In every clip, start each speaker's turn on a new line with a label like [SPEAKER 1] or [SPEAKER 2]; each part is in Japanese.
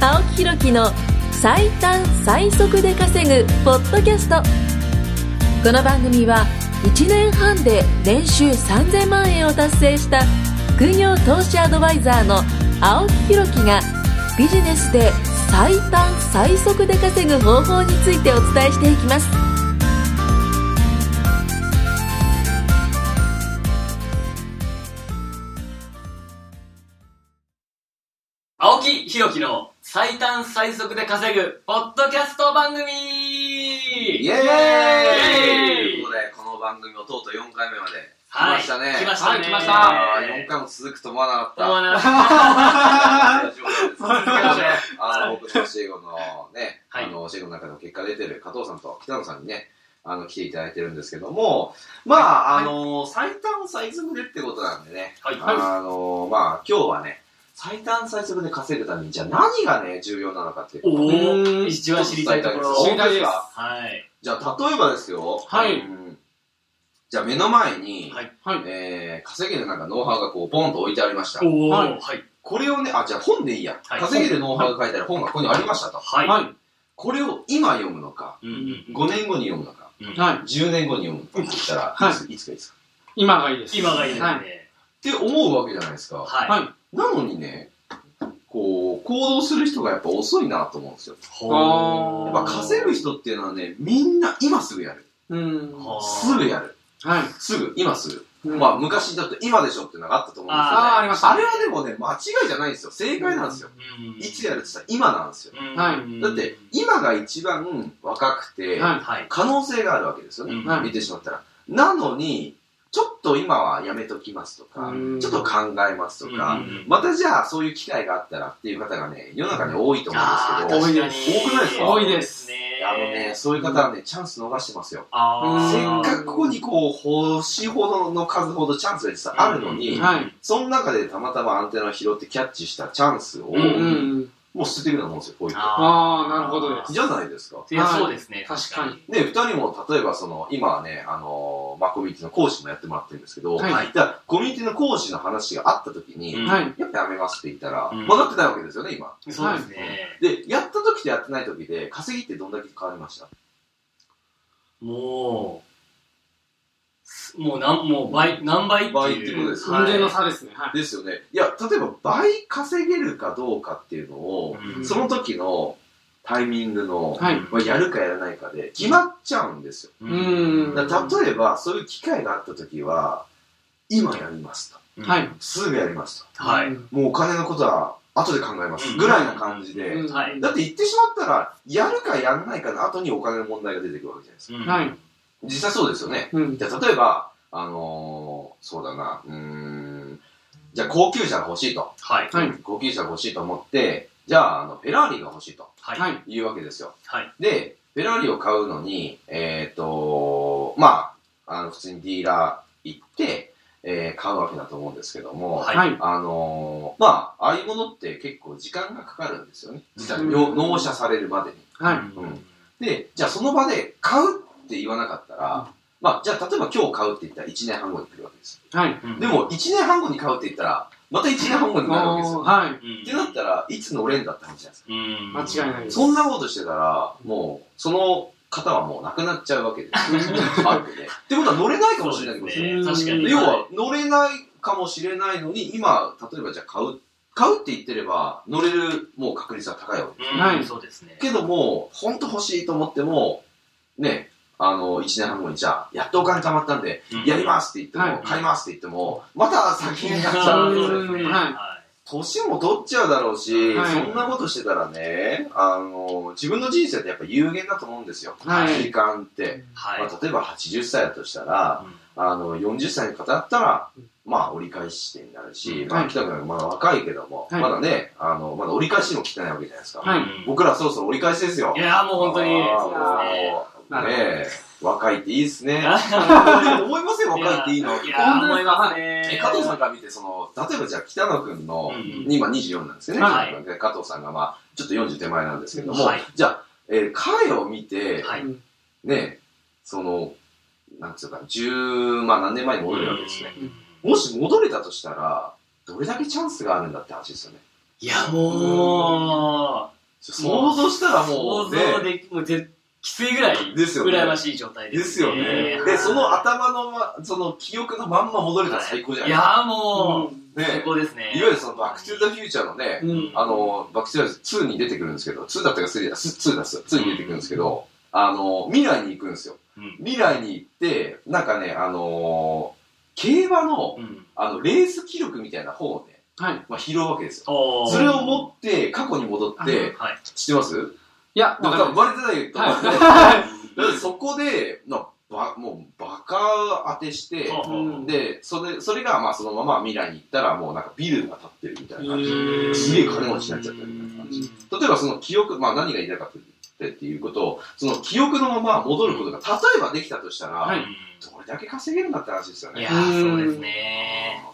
[SPEAKER 1] 青木ひろきの最短最速で稼ぐポッドキャストこの番組は1年半で年収3000万円を達成した副業投資アドバイザーの青木ひろきがビジネスで最短最速で稼ぐ方法についてお伝えしていきます
[SPEAKER 2] 青木ひろきの最短最速で稼ぐポッドキャスト番組
[SPEAKER 3] イエーイということで、この番組もとうとう4回目まで来ましたね。
[SPEAKER 2] 来ましたね
[SPEAKER 3] はい
[SPEAKER 4] 来まし
[SPEAKER 3] 4回も続くと思わな
[SPEAKER 2] 思わ
[SPEAKER 3] かっ
[SPEAKER 2] なかった
[SPEAKER 3] た。ということで
[SPEAKER 2] そうですね
[SPEAKER 3] あの、僕の教え子のね、
[SPEAKER 2] はい
[SPEAKER 3] あの、教え子の中の結果出てる加藤さんと北野さんにね、あの、来ていただいてるんですけども、まあ、あの、最短最速でってことなんでね、
[SPEAKER 2] はい
[SPEAKER 3] あの、まあ、今日はね、最短最速で稼ぐために、じゃあ何がね、重要なのかっていうことをね
[SPEAKER 2] お
[SPEAKER 4] う
[SPEAKER 2] ー
[SPEAKER 4] ん
[SPEAKER 2] 一番知りたいところ
[SPEAKER 3] 知りたい
[SPEAKER 2] で
[SPEAKER 3] ですす
[SPEAKER 2] はい
[SPEAKER 3] じゃあ、例えばですよ。
[SPEAKER 2] はい
[SPEAKER 3] うんじゃあ、目の前に、
[SPEAKER 2] はい
[SPEAKER 4] はい。
[SPEAKER 3] えー、稼げるなんかノウハウがこう、ボンと置いてありました。
[SPEAKER 2] おおは
[SPEAKER 4] はいい
[SPEAKER 3] これをね、あ、じゃあ本でいいや。
[SPEAKER 2] はい
[SPEAKER 3] 稼げるノウハウが書いてある本がここにありましたと。
[SPEAKER 2] はい
[SPEAKER 4] はい。
[SPEAKER 3] これを今読むのか、
[SPEAKER 2] うんうん
[SPEAKER 3] 5年後に読むのか、
[SPEAKER 2] うん
[SPEAKER 4] はい。
[SPEAKER 3] 10年後に読むのかって言ったら、
[SPEAKER 4] はい
[SPEAKER 3] いつ、いつかいつか。
[SPEAKER 4] 今がいいです。
[SPEAKER 2] 今がいいですね
[SPEAKER 4] は
[SPEAKER 3] って思うわけじゃないですか。
[SPEAKER 2] はい
[SPEAKER 4] はい
[SPEAKER 3] なのにね、こう、行動する人がやっぱ遅いなと思うんですよ。
[SPEAKER 2] ほ
[SPEAKER 4] あ
[SPEAKER 3] や
[SPEAKER 4] ー
[SPEAKER 3] っぱ稼ぐ人っていうのはね、みんな今すぐやる。
[SPEAKER 4] うん。
[SPEAKER 2] は
[SPEAKER 3] すぐやる。
[SPEAKER 4] はい。
[SPEAKER 3] すぐ、今すぐ。
[SPEAKER 4] うん
[SPEAKER 3] まあ、昔だと今でしょっていうのがあったと思うんですよ、ね。
[SPEAKER 4] あーありました
[SPEAKER 3] あれはでもね、間違いじゃないんですよ。正解なんですよ。
[SPEAKER 2] うん
[SPEAKER 3] いつやるって言ったら今なんですよ。
[SPEAKER 2] うん
[SPEAKER 4] はい
[SPEAKER 2] うん
[SPEAKER 3] だって、今が一番若くて、
[SPEAKER 4] はい
[SPEAKER 2] はい
[SPEAKER 3] 可能性があるわけですよね。
[SPEAKER 2] うん
[SPEAKER 4] はい
[SPEAKER 3] 見てしまったら。なのに、ちょっと今はやめときますとか、
[SPEAKER 4] うん
[SPEAKER 3] ちょっと考えますとか、
[SPEAKER 2] うんうんうん
[SPEAKER 3] またじゃあそういう機会があったらっていう方がね、世の中に多いと思
[SPEAKER 2] あー
[SPEAKER 3] うんですけど、
[SPEAKER 2] 確かに
[SPEAKER 3] 多くないですか
[SPEAKER 4] 多いです
[SPEAKER 3] あのね、そういう方はね、チャンス逃してますよ。
[SPEAKER 2] あ
[SPEAKER 3] せっ
[SPEAKER 2] ー
[SPEAKER 4] うん
[SPEAKER 3] かくここにこう、欲しいほどの数ほどチャンスが実はあるのに、
[SPEAKER 4] はい
[SPEAKER 3] その中でたまたまアンテナを拾ってキャッチしたチャンスを、
[SPEAKER 2] うん
[SPEAKER 4] うんうん。
[SPEAKER 3] もう捨ててるようなもんですよ、こういうの。
[SPEAKER 2] あ
[SPEAKER 4] あーなるほどで
[SPEAKER 3] じゃないですか。
[SPEAKER 2] いやそうですね
[SPEAKER 4] はい確かに
[SPEAKER 3] で、二人も例えばその、今はね、あのーまあ、コミュニティの講師もやってもらってるんですけど、
[SPEAKER 4] はい
[SPEAKER 2] はい
[SPEAKER 3] じゃあコミュニティの講師の話があった時に、
[SPEAKER 2] うん
[SPEAKER 4] はい。
[SPEAKER 3] やっぱやめますって言ったら、
[SPEAKER 2] うん
[SPEAKER 3] 分かってないわけですよね、今。
[SPEAKER 2] そうですね
[SPEAKER 3] で、やった時とやってない時で、稼ぎってどんだけ変わりました
[SPEAKER 2] もうもうなんもう倍何倍っていう
[SPEAKER 3] 倍ってことですよ
[SPEAKER 4] 人
[SPEAKER 2] はい
[SPEAKER 4] 間の差ですね。はい。
[SPEAKER 3] ですよね。いや、例えば倍稼げるかどうかっていうのを、
[SPEAKER 2] うん
[SPEAKER 3] その時のタイミングの、
[SPEAKER 4] はい。
[SPEAKER 3] まあやるかやらないかで決まっちゃうんですよ。
[SPEAKER 2] う
[SPEAKER 4] うん
[SPEAKER 3] だから例えば、そういう機会があった時は、今やりますと。
[SPEAKER 4] はい。
[SPEAKER 3] すぐやりますと。
[SPEAKER 2] は
[SPEAKER 4] う
[SPEAKER 2] い。
[SPEAKER 4] ん
[SPEAKER 3] もうお金のことは後で考えます。ぐらいな感じで。
[SPEAKER 4] うん
[SPEAKER 2] はい
[SPEAKER 3] だって言ってしまったら、やるかやらないかの後にお金の問題が出てくるわけじゃないですか。
[SPEAKER 4] はい。
[SPEAKER 3] 実際そうですよね。
[SPEAKER 4] うん
[SPEAKER 3] じ。ゃあ例えば、あのーそうだな、うーん、じゃあ高級車が欲しいと。
[SPEAKER 2] はい。
[SPEAKER 4] はい。
[SPEAKER 3] 高級車が欲しいと思って、じゃあ、あの、フェラーリが欲しいと
[SPEAKER 2] はい。。
[SPEAKER 4] はいい。
[SPEAKER 3] いうわけですよ。
[SPEAKER 2] はい。
[SPEAKER 3] で、フェラーリを買うのに、えっ、とまあ、あの、普通にディーラー行って、えー買うわけだと思うんですけども、
[SPEAKER 2] はい
[SPEAKER 4] はい。
[SPEAKER 3] あのーまあ、ああいうものって結構時間がかかるんですよね。実は、
[SPEAKER 4] うん
[SPEAKER 3] よ納車されるまでに。
[SPEAKER 4] はい。
[SPEAKER 3] うんで、じゃあその場で買うって言わなかったら、まあ、じゃあ例えば今日買うって言ったら1年半後に来るわけです。
[SPEAKER 4] はい。
[SPEAKER 2] うん
[SPEAKER 3] で、も、1年半後に買うって言ったら、また1年半後になるわけです
[SPEAKER 4] おー
[SPEAKER 3] よ。
[SPEAKER 4] はい。
[SPEAKER 2] うん
[SPEAKER 3] ってなったら、いつ乗れんだって話じゃないですか。
[SPEAKER 2] うん
[SPEAKER 4] 間違いないです。
[SPEAKER 3] そんなことしてたら、もう、その方はもう亡くなっちゃうわけです。あるわけで。ってことは乗れないかもしれないってことですよね。
[SPEAKER 2] そうですね確かに。
[SPEAKER 3] 要は、乗れないかもしれないのに、今、例えばじゃあ買う、買うって言ってれば、乗れる、もう確率は高いわけ
[SPEAKER 2] うん、
[SPEAKER 4] はい
[SPEAKER 2] そうですね。
[SPEAKER 3] けども、本当欲しいと思っても、ね、あの、1年半後に、じゃあ、やっとお金貯まったんで、やりますって言っても、
[SPEAKER 4] はい
[SPEAKER 3] 買いますって言っても、また先になっちゃ
[SPEAKER 2] あー
[SPEAKER 3] うんです
[SPEAKER 2] そ
[SPEAKER 3] よ。
[SPEAKER 2] うですね。
[SPEAKER 4] うんはい
[SPEAKER 3] 年も取っちゃうだろうし、
[SPEAKER 4] はい
[SPEAKER 3] そんなことしてたらね、あの、自分の人生ってやっぱ有限だと思うんですよ。
[SPEAKER 4] はい
[SPEAKER 3] 時間って。
[SPEAKER 2] はい。
[SPEAKER 3] まあ、例えば80歳だとしたら、
[SPEAKER 2] うん
[SPEAKER 3] あの、40歳の方だったら
[SPEAKER 4] うん、
[SPEAKER 3] まあ、折り返し点になるし、
[SPEAKER 2] うん
[SPEAKER 3] ま
[SPEAKER 4] は
[SPEAKER 3] あ、
[SPEAKER 4] い
[SPEAKER 3] 北君はまだ若いけども、
[SPEAKER 4] はい
[SPEAKER 3] まだね、あの、まだ折り返しも来てないわけじゃないですか。
[SPEAKER 4] はい
[SPEAKER 2] うん
[SPEAKER 3] 僕らそろそろ折り返しですよ。
[SPEAKER 2] いやーもう本当に
[SPEAKER 3] あー
[SPEAKER 2] そうですね
[SPEAKER 3] もう
[SPEAKER 4] なるほ
[SPEAKER 3] ね
[SPEAKER 4] ど
[SPEAKER 3] え、若いっていいで すね。
[SPEAKER 2] あ
[SPEAKER 3] 思いますよ、若いっていいの。
[SPEAKER 2] いやー、
[SPEAKER 4] 本当
[SPEAKER 2] 思
[SPEAKER 4] で
[SPEAKER 2] い
[SPEAKER 4] すか
[SPEAKER 2] ますね。
[SPEAKER 3] え加藤さんから見て、その、例えばじゃあ北野くんの、
[SPEAKER 2] うん
[SPEAKER 3] 今24なんですよね、
[SPEAKER 2] はい
[SPEAKER 3] で加藤さんがまあ、ちょっと40手前なんですけども、
[SPEAKER 2] はい
[SPEAKER 3] じゃあ、えー彼を見て、
[SPEAKER 2] はい。
[SPEAKER 4] うん
[SPEAKER 3] ね、その、なんつうか、10、まあ何年前に戻れるわけですね。もし戻れたとしたら、どれだけチャンスがあるんだって話ですよね。
[SPEAKER 2] いや、も
[SPEAKER 3] 想像したら
[SPEAKER 2] う、
[SPEAKER 3] も
[SPEAKER 2] 想
[SPEAKER 3] う、
[SPEAKER 2] 像
[SPEAKER 3] ね、
[SPEAKER 2] でき、もうぜきついぐらい、
[SPEAKER 3] ですよね
[SPEAKER 2] 羨ましい状態で、
[SPEAKER 3] ですすよね。で、その頭の、ま、その記憶のまんま戻れたら最高じゃない
[SPEAKER 2] い
[SPEAKER 3] ですか。
[SPEAKER 2] や、もう、
[SPEAKER 3] ね
[SPEAKER 2] 最高ですね。
[SPEAKER 3] いわゆるその、バックトゥーザフューチャーのね、
[SPEAKER 4] うん
[SPEAKER 3] あの、バックトゥーザフューチャー2に出てくるんですけど、2だったか3だ、2だ、2に出てくるんですけど、あの、未来に行くんですよ。
[SPEAKER 2] うん
[SPEAKER 3] 未来に行って、なんかね、あの競馬の、
[SPEAKER 2] うん
[SPEAKER 3] あの、レース記録みたいな本をね、
[SPEAKER 4] はい。
[SPEAKER 3] まあ、拾うわけですよ。
[SPEAKER 2] おー
[SPEAKER 3] それを持って、過去に戻っ
[SPEAKER 4] う
[SPEAKER 3] て、
[SPEAKER 2] はい。
[SPEAKER 3] 知ってます
[SPEAKER 4] いや、
[SPEAKER 3] な
[SPEAKER 4] わ
[SPEAKER 3] ん
[SPEAKER 4] か
[SPEAKER 3] から生
[SPEAKER 4] ない。
[SPEAKER 3] まれてないと思うんですね
[SPEAKER 4] は
[SPEAKER 3] だって そこで、なばもうバカ当てして、
[SPEAKER 2] はあ
[SPEAKER 4] うん
[SPEAKER 3] でそれそれがまあそのまま未来に行ったらもうなんかビルが建ってるみたいな感じ、
[SPEAKER 4] うん
[SPEAKER 3] すげえ金持ちになっちゃったみたいな感じ、例えばその記憶、まあ、何が言いたかったっていうことをその記憶のまま戻ることが例えばできたとしたら、
[SPEAKER 4] はい
[SPEAKER 3] どれだけ稼げるんだって話ですよ
[SPEAKER 2] い
[SPEAKER 3] ね
[SPEAKER 2] やー、そうですね。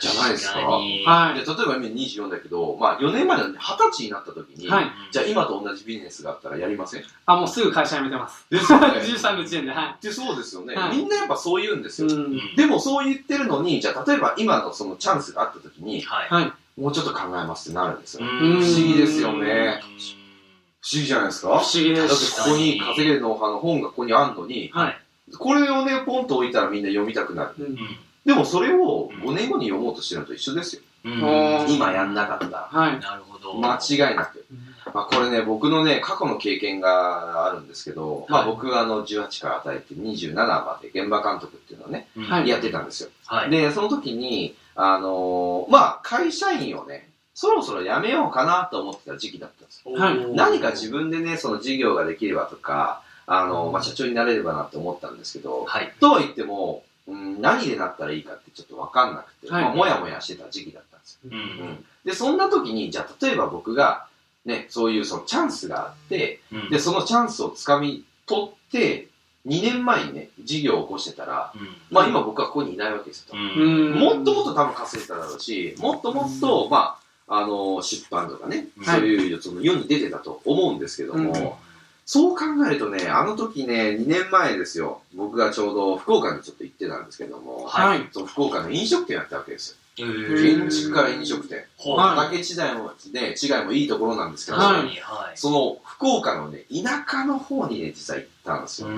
[SPEAKER 3] じゃないですか
[SPEAKER 2] 確に
[SPEAKER 4] い。は
[SPEAKER 3] で例えば今24だけど、まあ、4年前なんで20歳になった時に、
[SPEAKER 4] い。はい。
[SPEAKER 3] じゃあ今と同じビジネスがあったらやりま せん
[SPEAKER 4] あ、もうすぐ会社辞めてます。
[SPEAKER 3] ですよね
[SPEAKER 4] 13の時点で、は
[SPEAKER 3] でそうですよね、
[SPEAKER 4] はい
[SPEAKER 3] みんなやっぱそう言うんです
[SPEAKER 4] い。
[SPEAKER 3] よ、
[SPEAKER 4] うん。
[SPEAKER 3] でもそう言ってるのに、じゃあ例えば今のそのチャンスがあった時に、
[SPEAKER 2] はい。
[SPEAKER 4] はい。
[SPEAKER 3] もうちょっと考えますってなるんですよ。
[SPEAKER 2] 不
[SPEAKER 4] 不思議ですよ
[SPEAKER 3] ね。不思議じゃないですか
[SPEAKER 4] 不
[SPEAKER 3] だっ
[SPEAKER 4] 思
[SPEAKER 3] て
[SPEAKER 4] 議で
[SPEAKER 3] こ
[SPEAKER 4] す。
[SPEAKER 3] こに稼げるノウハウの本がここにあるのに、
[SPEAKER 4] はい。
[SPEAKER 3] これをね、ポンと置いたらみんな読みたくなる。
[SPEAKER 4] う。
[SPEAKER 2] うんん
[SPEAKER 3] でもそれを5年後に読もうとしてるのと一緒ですよ。
[SPEAKER 2] うん
[SPEAKER 4] おー
[SPEAKER 3] 今やんなかった。
[SPEAKER 4] はい。
[SPEAKER 2] なるほど。
[SPEAKER 3] 間違いなく。まあ、これね、僕のね、過去の経験があるんですけど、まあ
[SPEAKER 2] はい
[SPEAKER 3] 僕があの18から与えて27まで現場監督っていうのをね、
[SPEAKER 2] うん
[SPEAKER 4] はい
[SPEAKER 3] やってたんですよ。
[SPEAKER 2] はい。
[SPEAKER 3] で、その時に、あのーまあ、会社員をね、そろそろ辞めようかなと思ってた時期だったんですよ。
[SPEAKER 4] はい
[SPEAKER 3] 何か自分でね、その事業ができればとか、あのーまあ、社長になれればなって思ったんですけど、
[SPEAKER 2] はい。
[SPEAKER 3] とは言っても、うん、何でなったらいいかってちょっとわかんなくて、
[SPEAKER 4] はい
[SPEAKER 3] まあ、もやもやしてた時期だったんです
[SPEAKER 2] う。
[SPEAKER 3] よ。うんん。で、そんな時に、じゃあ、例えば僕が、ね、そういうそのチャンスがあって、
[SPEAKER 2] うん
[SPEAKER 3] で、そのチャンスをつかみ取って、2年前にね、事業を起こしてたら、まあ今僕はここにいないわけですよ。
[SPEAKER 2] うん。うん。
[SPEAKER 4] うん。
[SPEAKER 3] もっともっと多分稼いでただろうし、もっともっと、まあ、あの、出版とかね、
[SPEAKER 2] はい
[SPEAKER 3] そういう、その世に出てたと思うんですけども、
[SPEAKER 4] うん
[SPEAKER 3] そう考えるとね、あの時ね、2年前ですよ、僕がちょうど福岡にちょっと行ってたんですけども、
[SPEAKER 2] は
[SPEAKER 4] はい。
[SPEAKER 3] その福岡の飲食店やったわけです
[SPEAKER 2] え
[SPEAKER 3] よ。
[SPEAKER 2] ー
[SPEAKER 3] 建築から飲食店。
[SPEAKER 2] ほう
[SPEAKER 4] は
[SPEAKER 3] 畑
[SPEAKER 4] い
[SPEAKER 3] 違いも、ね、違いもいいところなんですけど、
[SPEAKER 2] 確かに、はい。
[SPEAKER 3] その福岡のね、田舎の方にね、実は行ったんですよ。
[SPEAKER 4] へ
[SPEAKER 3] で、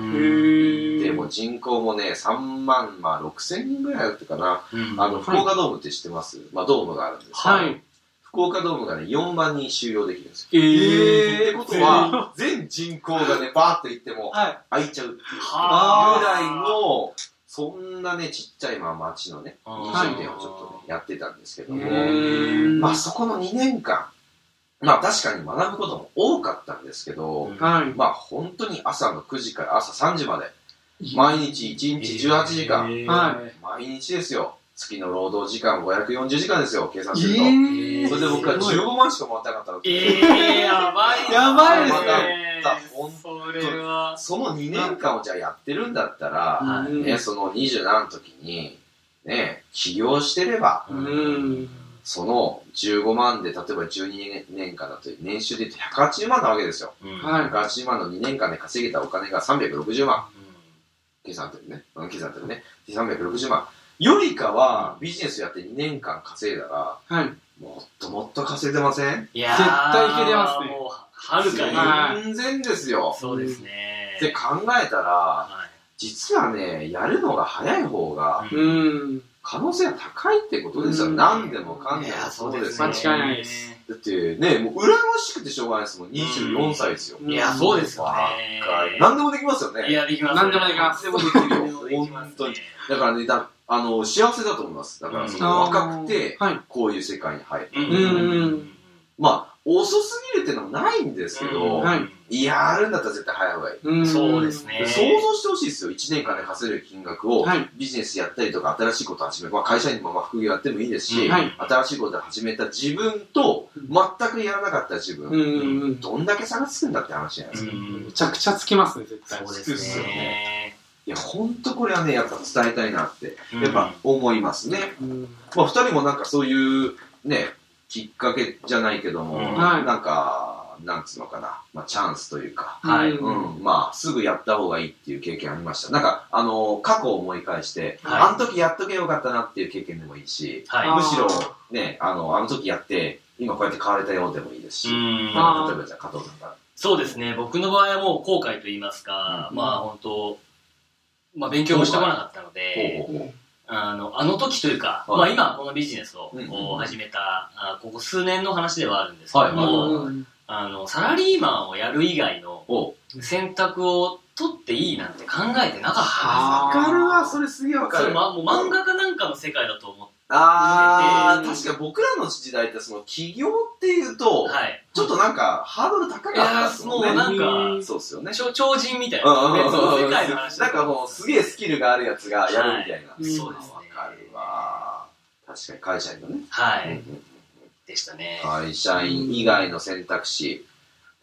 [SPEAKER 4] ー
[SPEAKER 3] もう人口もね、3万、まあ、6千人ぐらいだったかな。あの、
[SPEAKER 4] い
[SPEAKER 3] 福岡ドームって知ってます、まあ、ドームがあるんですけど、
[SPEAKER 4] はい。
[SPEAKER 3] 福岡ドームがね、4万人収容できるんですよ。
[SPEAKER 2] え
[SPEAKER 3] って
[SPEAKER 2] ー
[SPEAKER 3] ことは、全人口がね、バーっといっても、
[SPEAKER 4] は
[SPEAKER 3] 空いちゃうっていう
[SPEAKER 2] は
[SPEAKER 3] ぐらいの、そんなね、ちっちゃい、まあ、町のね、飲
[SPEAKER 2] あー
[SPEAKER 3] 食店をちょっとね、やってたんですけど
[SPEAKER 4] い。
[SPEAKER 3] も、
[SPEAKER 2] ー
[SPEAKER 3] まあ、そこの2年間、まあ、確かに学ぶことも多かったんですけど、
[SPEAKER 4] はい。
[SPEAKER 3] まあ、本当に朝の9時から朝3時まで、毎日1日18時間、
[SPEAKER 2] えー
[SPEAKER 4] はい。
[SPEAKER 3] 毎日ですよ。月の労働時間540時間ですよ、計算すると。
[SPEAKER 2] ー
[SPEAKER 3] それで僕は
[SPEAKER 4] すごい
[SPEAKER 3] 15万しかもらってなかったわけ
[SPEAKER 2] え
[SPEAKER 3] です
[SPEAKER 2] ー、やばい
[SPEAKER 4] やばいです
[SPEAKER 3] ね
[SPEAKER 2] それは。
[SPEAKER 3] その2年間をじゃあやってるんだったら、
[SPEAKER 2] はい
[SPEAKER 4] うん
[SPEAKER 3] ね、その27の時に、ね、起業してれば、
[SPEAKER 4] うん。
[SPEAKER 3] その15万で、例えば12年間だと、年収で言うと180万なわけですよ。
[SPEAKER 2] は
[SPEAKER 4] はい。
[SPEAKER 3] 180万の2年間で稼げたお金が360万。計算ってるね。うん計算ってるね。360万。よりかは、ビジネスやって2年間稼いだら、
[SPEAKER 4] はい。
[SPEAKER 3] もっともっと稼いでません
[SPEAKER 2] い。いやー
[SPEAKER 4] 絶対いけてますね
[SPEAKER 2] もう、はるか
[SPEAKER 4] は
[SPEAKER 3] 全然ですよ
[SPEAKER 2] に。。そうですね。
[SPEAKER 3] って考えたら、
[SPEAKER 2] は
[SPEAKER 3] 実はね、やるのが早い方が、
[SPEAKER 2] い。
[SPEAKER 4] うん。
[SPEAKER 3] 可能性が高いってことですよ。
[SPEAKER 4] うん
[SPEAKER 3] 何でもかんでもそうですよ。
[SPEAKER 4] ね
[SPEAKER 3] だ
[SPEAKER 4] 間違いないです。
[SPEAKER 3] ってね、もう羨ましくてしょうがないですもん。24歳ですよ。
[SPEAKER 4] うん
[SPEAKER 2] いや、そうですよ
[SPEAKER 3] 若
[SPEAKER 2] ね。
[SPEAKER 3] い。何でもできますよ
[SPEAKER 2] い
[SPEAKER 3] ね。
[SPEAKER 2] や、できます。
[SPEAKER 4] 何でもできます
[SPEAKER 3] 何でもで
[SPEAKER 2] 何で
[SPEAKER 3] きる
[SPEAKER 2] もで
[SPEAKER 3] よ。
[SPEAKER 2] きます
[SPEAKER 3] 本
[SPEAKER 2] ね
[SPEAKER 3] 当に。だからね、だあの、幸せだと思います。だから、その若くて、
[SPEAKER 4] はい。
[SPEAKER 3] こういう世界に入る。
[SPEAKER 4] うん
[SPEAKER 3] まあ、遅すぎるってのもないんですけど、
[SPEAKER 4] うんはい
[SPEAKER 3] いや、あるんだったら絶対早い方がいい。
[SPEAKER 4] うん
[SPEAKER 2] そうです。ね。
[SPEAKER 3] 想像してほしいですよ。1年間で稼げる金額を
[SPEAKER 4] はい
[SPEAKER 3] ビジネスやったりとか新しいことを始める。まあ、会社員のまま副業やってもいいです
[SPEAKER 2] う
[SPEAKER 3] し、
[SPEAKER 2] ん
[SPEAKER 4] はい
[SPEAKER 3] 新しいことを始めた自分と全くやらなかった自
[SPEAKER 4] うん
[SPEAKER 3] 分、
[SPEAKER 4] うんうん。
[SPEAKER 3] どんだけ差がつくんだって話じゃないですか。
[SPEAKER 2] うん
[SPEAKER 4] めちゃくちゃつきますね、絶対。
[SPEAKER 2] そうで
[SPEAKER 3] つくっ
[SPEAKER 2] す
[SPEAKER 3] すよ
[SPEAKER 2] ね。
[SPEAKER 3] いや、ほんとこれはね、やっぱ伝えたいなって、
[SPEAKER 2] うん
[SPEAKER 3] やっぱ思いますね。
[SPEAKER 4] うん
[SPEAKER 3] まあ、2人もなんかそういうね、きっかけじゃないけども、
[SPEAKER 2] うん
[SPEAKER 4] はい
[SPEAKER 3] なんか、なんつうのかな、まあ、チャンスというか、
[SPEAKER 2] はいう
[SPEAKER 3] うんん、まあ、すぐやった方がいいっていう経験ありました。なんか、あの過去を思い返して、
[SPEAKER 2] はい
[SPEAKER 3] あの時やっとけばよかったなっていう経験でもいいし、
[SPEAKER 2] はい。
[SPEAKER 4] あー
[SPEAKER 3] むしろ、ね、あの、あの時やって、今こうやって買われたよでもいいですし、
[SPEAKER 2] う
[SPEAKER 3] 例え
[SPEAKER 2] ん
[SPEAKER 4] あー
[SPEAKER 3] ばじゃあ加藤さんから。
[SPEAKER 2] そうですね、僕の場合はもう後悔と言いますか、
[SPEAKER 3] うん
[SPEAKER 2] まあ本当、まあ勉強もしてこなかったので、
[SPEAKER 3] ほうほうほう
[SPEAKER 2] あのあの時というか、
[SPEAKER 3] はい
[SPEAKER 2] まあ今このビジネスをこう
[SPEAKER 3] うんうんうん
[SPEAKER 2] 始めた、あここ数年の話ではあるんですけど
[SPEAKER 3] はいはい
[SPEAKER 2] も、
[SPEAKER 3] はい
[SPEAKER 4] うん
[SPEAKER 2] あの、サラリーマンをやる以外の
[SPEAKER 3] おう
[SPEAKER 2] 選択を取っていいなんて考えてなかったんで
[SPEAKER 4] あ
[SPEAKER 3] わ
[SPEAKER 4] ー
[SPEAKER 3] かるわ、それすげえわ
[SPEAKER 2] すよ。
[SPEAKER 3] か
[SPEAKER 2] そ
[SPEAKER 3] る
[SPEAKER 2] れ。ま、もう漫画家なんかの世界だと思って、
[SPEAKER 3] あー、
[SPEAKER 4] えー
[SPEAKER 3] 確か僕らの時代ってその起業っていうと、
[SPEAKER 2] はい。
[SPEAKER 3] ちょっとなんかハードル高かっ
[SPEAKER 2] いや
[SPEAKER 3] た
[SPEAKER 2] ー
[SPEAKER 3] です
[SPEAKER 2] そ
[SPEAKER 3] も
[SPEAKER 2] うん
[SPEAKER 3] ね。
[SPEAKER 2] なんか、
[SPEAKER 3] そうっすよね。
[SPEAKER 2] 超超人みたい
[SPEAKER 3] うん
[SPEAKER 2] な、
[SPEAKER 3] うん
[SPEAKER 2] 別
[SPEAKER 3] うん
[SPEAKER 2] の
[SPEAKER 3] うん
[SPEAKER 2] 世界の話
[SPEAKER 3] なんかもうすげえスキルがあるやつがやるみたいな。
[SPEAKER 2] うそうですね。
[SPEAKER 3] わかる。わ。確かに会社員のね。
[SPEAKER 2] は
[SPEAKER 3] うんう
[SPEAKER 2] い。
[SPEAKER 3] ん
[SPEAKER 2] でしたね。
[SPEAKER 3] 会社員以外の選択肢。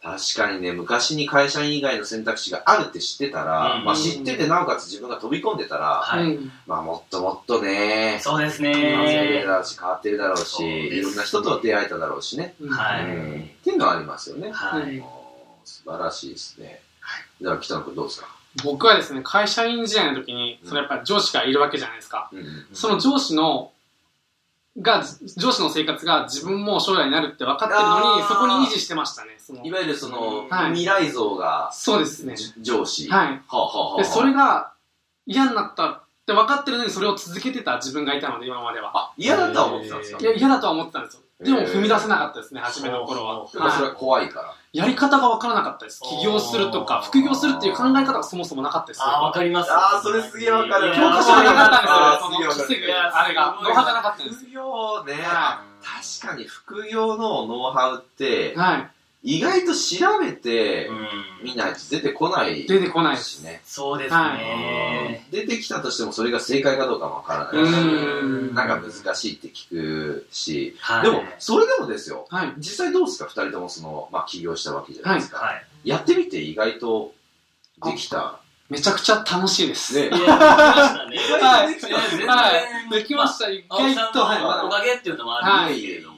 [SPEAKER 3] 確かにね、昔に会社員以外の選択肢があるって知ってたら、
[SPEAKER 2] うん
[SPEAKER 3] まあ知っててなおかつ自分が飛び込んでたら、
[SPEAKER 2] はい
[SPEAKER 4] うん
[SPEAKER 3] まあもっともっとね、
[SPEAKER 2] そうです
[SPEAKER 3] 稼いでる
[SPEAKER 2] ね。
[SPEAKER 3] だろうし、変わってるだろう
[SPEAKER 2] そう
[SPEAKER 3] し、
[SPEAKER 2] です
[SPEAKER 3] いろんな人と出会えただろうしね。
[SPEAKER 4] うん
[SPEAKER 2] はい
[SPEAKER 3] うんっていうのはありますよね。
[SPEAKER 2] は
[SPEAKER 4] う
[SPEAKER 2] い。
[SPEAKER 4] ん
[SPEAKER 3] もう素晴らしいですね。
[SPEAKER 2] は
[SPEAKER 3] じゃあ北野君どうですか、
[SPEAKER 4] 僕はですね、会社員時代の時に、そのやっぱり上司がいるわけじゃないですか。その上司の、が、上司の生活が自分も将来になるって分かってるの
[SPEAKER 3] あ
[SPEAKER 4] に、
[SPEAKER 3] ー
[SPEAKER 4] そこに維持してましたね。その
[SPEAKER 3] いわゆるその、
[SPEAKER 4] はい
[SPEAKER 3] 未来像が
[SPEAKER 4] そうですね。
[SPEAKER 3] 上司。は
[SPEAKER 4] はい。
[SPEAKER 3] あはあはあ
[SPEAKER 4] で、それが嫌になったって分かってるのに、それを続けてた自分がいたので、今までは。
[SPEAKER 3] あ、嫌だとは思ってたんですか
[SPEAKER 4] いや、嫌だとは思ってたんですよ。でも踏み出せなかったですね、初めの頃は。
[SPEAKER 2] は
[SPEAKER 3] やっぱそれ
[SPEAKER 4] は
[SPEAKER 3] は怖いから。
[SPEAKER 4] いやり方が分からなかったです。起業すると
[SPEAKER 2] あ
[SPEAKER 4] か、
[SPEAKER 2] ー
[SPEAKER 4] 副業するっていう考え方がそもそもなかったです。
[SPEAKER 2] あー、わかります。
[SPEAKER 3] あーそれすげえわかる
[SPEAKER 2] いやー
[SPEAKER 4] 教科書がな
[SPEAKER 3] あ
[SPEAKER 4] かっ
[SPEAKER 3] ー
[SPEAKER 4] たん
[SPEAKER 3] すげえわ
[SPEAKER 4] で
[SPEAKER 3] かる
[SPEAKER 4] すよ。その防ぐ、あれが、ノウハウがなかったんです。
[SPEAKER 3] 副業ね、
[SPEAKER 4] は
[SPEAKER 3] 確かに副業のノウハウって、
[SPEAKER 4] は
[SPEAKER 3] 意外と調べて
[SPEAKER 2] う、
[SPEAKER 3] み
[SPEAKER 2] ん。
[SPEAKER 3] ないと出てこない
[SPEAKER 4] い。出てこないで
[SPEAKER 3] し
[SPEAKER 4] す。
[SPEAKER 3] ね。
[SPEAKER 2] そうです
[SPEAKER 3] うん
[SPEAKER 2] ね。
[SPEAKER 3] 出てきたとしてもそれが正解かどうかもわから
[SPEAKER 4] う
[SPEAKER 3] ないし、
[SPEAKER 4] ーん。
[SPEAKER 3] な
[SPEAKER 4] は
[SPEAKER 3] んか難しいって聞くし、
[SPEAKER 2] はい。
[SPEAKER 3] でも、それでもですよ、
[SPEAKER 4] い。
[SPEAKER 3] 実際どうですか二人ともその、まあ、起業したわけじゃないですか、
[SPEAKER 2] はい。
[SPEAKER 3] やってみて意外とできた
[SPEAKER 4] めちゃくちゃ楽しいです。
[SPEAKER 3] ね
[SPEAKER 2] いや、できましたね。
[SPEAKER 4] はい。
[SPEAKER 2] いや全然
[SPEAKER 4] はい。できました。意
[SPEAKER 2] 青木
[SPEAKER 4] 外
[SPEAKER 2] さん
[SPEAKER 4] と、はい。
[SPEAKER 2] のお
[SPEAKER 4] ま
[SPEAKER 2] かげっていうのもあるんですけれども。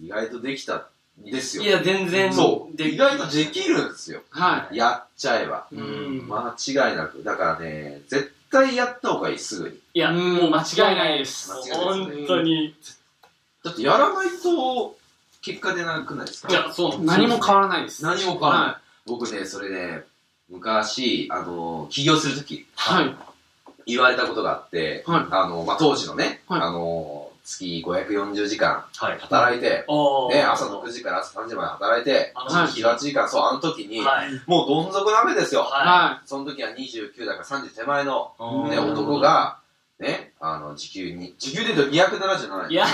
[SPEAKER 3] 意外とできたんですよ
[SPEAKER 2] いや、全然。
[SPEAKER 3] そう
[SPEAKER 2] で
[SPEAKER 3] 意外とできるんですよ
[SPEAKER 4] はい
[SPEAKER 3] やっちゃえば
[SPEAKER 4] だうん。
[SPEAKER 3] 間違いなくだからね絶対やった方がいいすぐに
[SPEAKER 2] いや、
[SPEAKER 4] うん
[SPEAKER 2] もう間違いないで
[SPEAKER 3] 間違
[SPEAKER 2] す。
[SPEAKER 3] いない
[SPEAKER 4] です
[SPEAKER 2] 本当に。
[SPEAKER 3] だってやらないと結果出なくないです
[SPEAKER 2] い
[SPEAKER 3] か
[SPEAKER 2] や、そうなんです
[SPEAKER 4] 何も変わらないです。
[SPEAKER 3] 何も変わらない僕ねそれね昔あの起業するとき
[SPEAKER 4] はい。はい。
[SPEAKER 3] 言われたことがあって、
[SPEAKER 4] はい
[SPEAKER 3] あのまあ、当時のね、
[SPEAKER 4] はい
[SPEAKER 3] あの月540時間
[SPEAKER 2] はい。
[SPEAKER 3] 働いて、
[SPEAKER 2] おー
[SPEAKER 3] ね、朝の9時から朝3時まで働いて、
[SPEAKER 2] あの時
[SPEAKER 3] 18時間、そう、あの時に、
[SPEAKER 2] はい。
[SPEAKER 3] もうどん底なめですよ。
[SPEAKER 2] は
[SPEAKER 4] は
[SPEAKER 3] その時は29だから30手前の、
[SPEAKER 2] い。
[SPEAKER 3] ね、
[SPEAKER 2] うん
[SPEAKER 3] 男。が、ね、あの、時給に、時給で言うと
[SPEAKER 2] い
[SPEAKER 3] 277円。
[SPEAKER 2] や、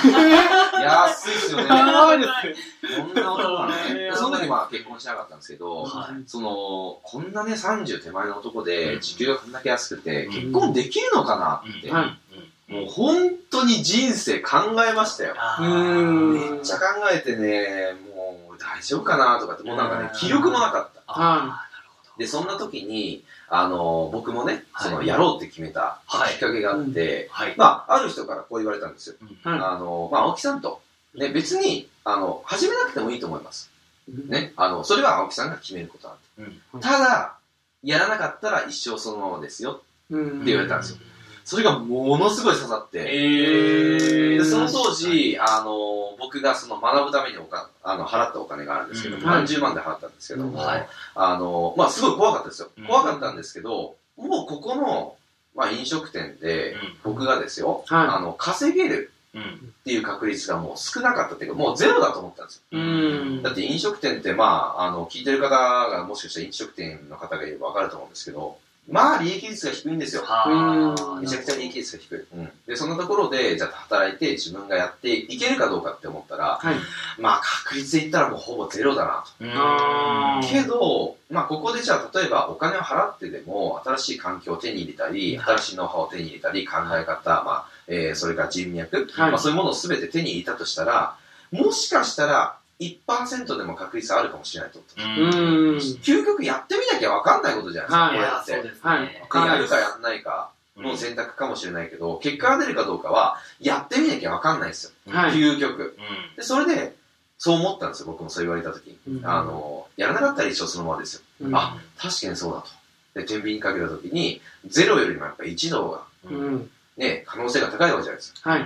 [SPEAKER 3] 安いっすよね。
[SPEAKER 4] い。やばいです。
[SPEAKER 3] こんな男がね。
[SPEAKER 4] そう
[SPEAKER 3] その時まあ結婚しなかったんですけど、
[SPEAKER 2] は
[SPEAKER 3] その、こんなね、30手前の男で、時給がこんだけ安くて、
[SPEAKER 2] うん
[SPEAKER 3] 結婚できるのかなって。
[SPEAKER 4] はい
[SPEAKER 2] うん
[SPEAKER 3] もう本当に人生考えましたよ。
[SPEAKER 2] あ
[SPEAKER 4] う
[SPEAKER 2] ー
[SPEAKER 4] ーん
[SPEAKER 3] めっちゃ考えてね、もう大丈夫かなとかって、もうなんかね
[SPEAKER 2] う、ん
[SPEAKER 3] 気力もなかった。
[SPEAKER 2] あー
[SPEAKER 3] で、そんな時に、あの、僕もね、
[SPEAKER 2] はい
[SPEAKER 3] その、やろうって決めた
[SPEAKER 2] はい
[SPEAKER 3] きっかけがあって、
[SPEAKER 2] はい。
[SPEAKER 3] まあ、ある人からこう言われたんですよ。
[SPEAKER 2] うん
[SPEAKER 4] はい
[SPEAKER 3] あの、まあ、青木さんと、ね、別に、あの、始めなくてもいいと思います。ね、あの、それは青木さんが決めることなんで。
[SPEAKER 4] うん
[SPEAKER 3] ただ、やらなかったら一生そのままですよ。
[SPEAKER 4] うん。
[SPEAKER 3] って言われたんですよ。それがものすごい刺さって。
[SPEAKER 2] え
[SPEAKER 4] え
[SPEAKER 2] ー。
[SPEAKER 3] で
[SPEAKER 4] ー
[SPEAKER 3] その当時、あの、僕がその学ぶためにおかあの払ったお金があるんですけど、
[SPEAKER 2] うん
[SPEAKER 3] 何十万で払ったんですけども、
[SPEAKER 2] はい
[SPEAKER 3] あの、まあすごい怖かったですよ
[SPEAKER 2] うん。
[SPEAKER 3] 怖かったんですけど、もうここの、まあ飲食店で、僕がですよ、
[SPEAKER 4] はい
[SPEAKER 3] あの、稼げる
[SPEAKER 2] うん。
[SPEAKER 3] っていう確率がもう少なかったっていうか、もうゼロだと思ったんですよ。
[SPEAKER 4] うん
[SPEAKER 3] だって飲食店って、まあ、あの、聞いてる方がもしかしたら飲食店の方がいればわかると思うんですけど、まあ利益率が低いんですよ。
[SPEAKER 2] はー
[SPEAKER 4] うん
[SPEAKER 3] めちゃくちゃ利益率が低い、でそのところでじゃあ働いて自分がやっていけるかどうかって思ったら
[SPEAKER 4] はい。
[SPEAKER 3] まあ確率で言ったらもうほぼゼロだな
[SPEAKER 2] うん
[SPEAKER 4] あ
[SPEAKER 3] と
[SPEAKER 4] ー
[SPEAKER 3] けど、まあ、ここでじゃあ例えばお金を払ってでも新しい環境を手に入れたり
[SPEAKER 2] はい
[SPEAKER 3] 新しいノウハウを手に入れたり考え方、まあえーそれから人脈、
[SPEAKER 4] はい
[SPEAKER 3] まあ、そういうものを全て手に入れたとしたらもしかしたら1%でも確率あるかもしれないと思った
[SPEAKER 4] うん。
[SPEAKER 3] 究極やってみなきゃ分かんないことじゃない
[SPEAKER 2] い
[SPEAKER 3] ですか、
[SPEAKER 2] や、そう
[SPEAKER 3] これって
[SPEAKER 2] です
[SPEAKER 4] は
[SPEAKER 2] ね
[SPEAKER 4] い。かん
[SPEAKER 3] や
[SPEAKER 4] ない
[SPEAKER 3] る
[SPEAKER 4] です
[SPEAKER 3] かやらないかの選択かもしれないけど、結果が出るかどうかは、やってみなきゃわかんないですよ。
[SPEAKER 4] はい
[SPEAKER 3] 究極。
[SPEAKER 2] うん
[SPEAKER 3] で、それで、そう思ったんですよ、僕もそう言われた時に。
[SPEAKER 4] うん
[SPEAKER 3] あの、やらなかったら一生そのままですよ。
[SPEAKER 4] うん
[SPEAKER 3] あ、確かにそうだと。で、天秤にかけた時に、ゼロよりもやっぱ1の方が、
[SPEAKER 4] うん。
[SPEAKER 3] ね、可能性が高いわけじゃないですか。
[SPEAKER 4] はい。
[SPEAKER 2] い。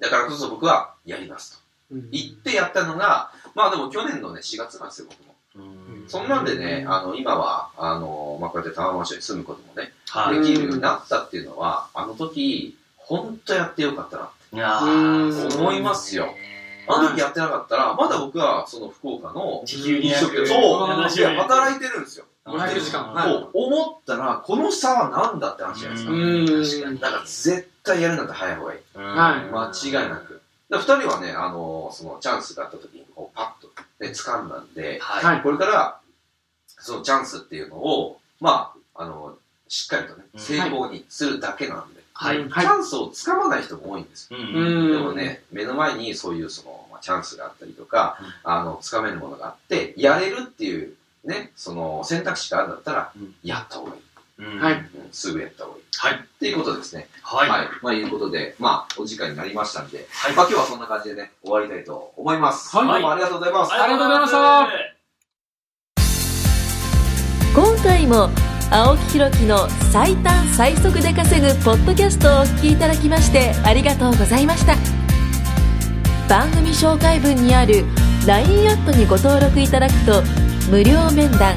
[SPEAKER 3] だからこそ僕は、やりますと。
[SPEAKER 4] うん
[SPEAKER 3] 行ってやったのが、まあでも去年のね、4月なんですよ、僕も。
[SPEAKER 2] うん
[SPEAKER 3] そんなんでね、あの、今は、あの、まあこうやってタワーマンションに住むこともね、
[SPEAKER 2] は
[SPEAKER 3] できるようになったっていうのは、あの時、本当やってよかったな。
[SPEAKER 2] い。いや
[SPEAKER 4] うん
[SPEAKER 3] 思いますよ。あの時やってなかったら、まだ僕はその福岡の
[SPEAKER 2] 地球
[SPEAKER 3] 飲
[SPEAKER 2] 200
[SPEAKER 3] 食店
[SPEAKER 2] 70
[SPEAKER 3] そういや働いてるんですよ。
[SPEAKER 4] 500時間
[SPEAKER 2] はい
[SPEAKER 3] と思ったら、この差は何だって話じゃないですか。
[SPEAKER 4] うん
[SPEAKER 2] 確かに。
[SPEAKER 3] だから絶対やるんだったら早い方がいい。
[SPEAKER 4] はい
[SPEAKER 3] 間違いなく。だから二人はね、あのそのチャンスがあった時にこうパッと、ね、掴んだんで、
[SPEAKER 2] は
[SPEAKER 4] はい
[SPEAKER 3] これから、そのチャンスっていうのを、まあ、あのしっかりとね、
[SPEAKER 2] うん
[SPEAKER 3] 成功にするだけなんで、
[SPEAKER 2] はい。
[SPEAKER 4] うん
[SPEAKER 3] チャンスを掴まない人も多いんですよ。
[SPEAKER 2] う。
[SPEAKER 4] うんん
[SPEAKER 3] でもね、目の前にそういうその、まあ、チャンスがあったりとか、あの、掴めるものがあって、やれるっていう、ね、その選択肢があるんだったら
[SPEAKER 2] うん、
[SPEAKER 3] やった方がいい、
[SPEAKER 4] はい
[SPEAKER 3] うんすぐやった方がいい。
[SPEAKER 2] はい。
[SPEAKER 3] っていうことですね。
[SPEAKER 2] はい。
[SPEAKER 3] はい。まあ、いうことで、まあ、お時間になりましたんで、
[SPEAKER 2] はい
[SPEAKER 3] まあ、今日はそんな感じでね、終わりたいと思います。
[SPEAKER 4] はい
[SPEAKER 3] どうもありがとうございます。
[SPEAKER 4] ありがとうございました
[SPEAKER 1] 今回も青木ひろきの最短最速で稼ぐポッドキャストをお聞きいただきましてありがとうございました番組紹介文にある LINE アットにご登録いただくと無料面談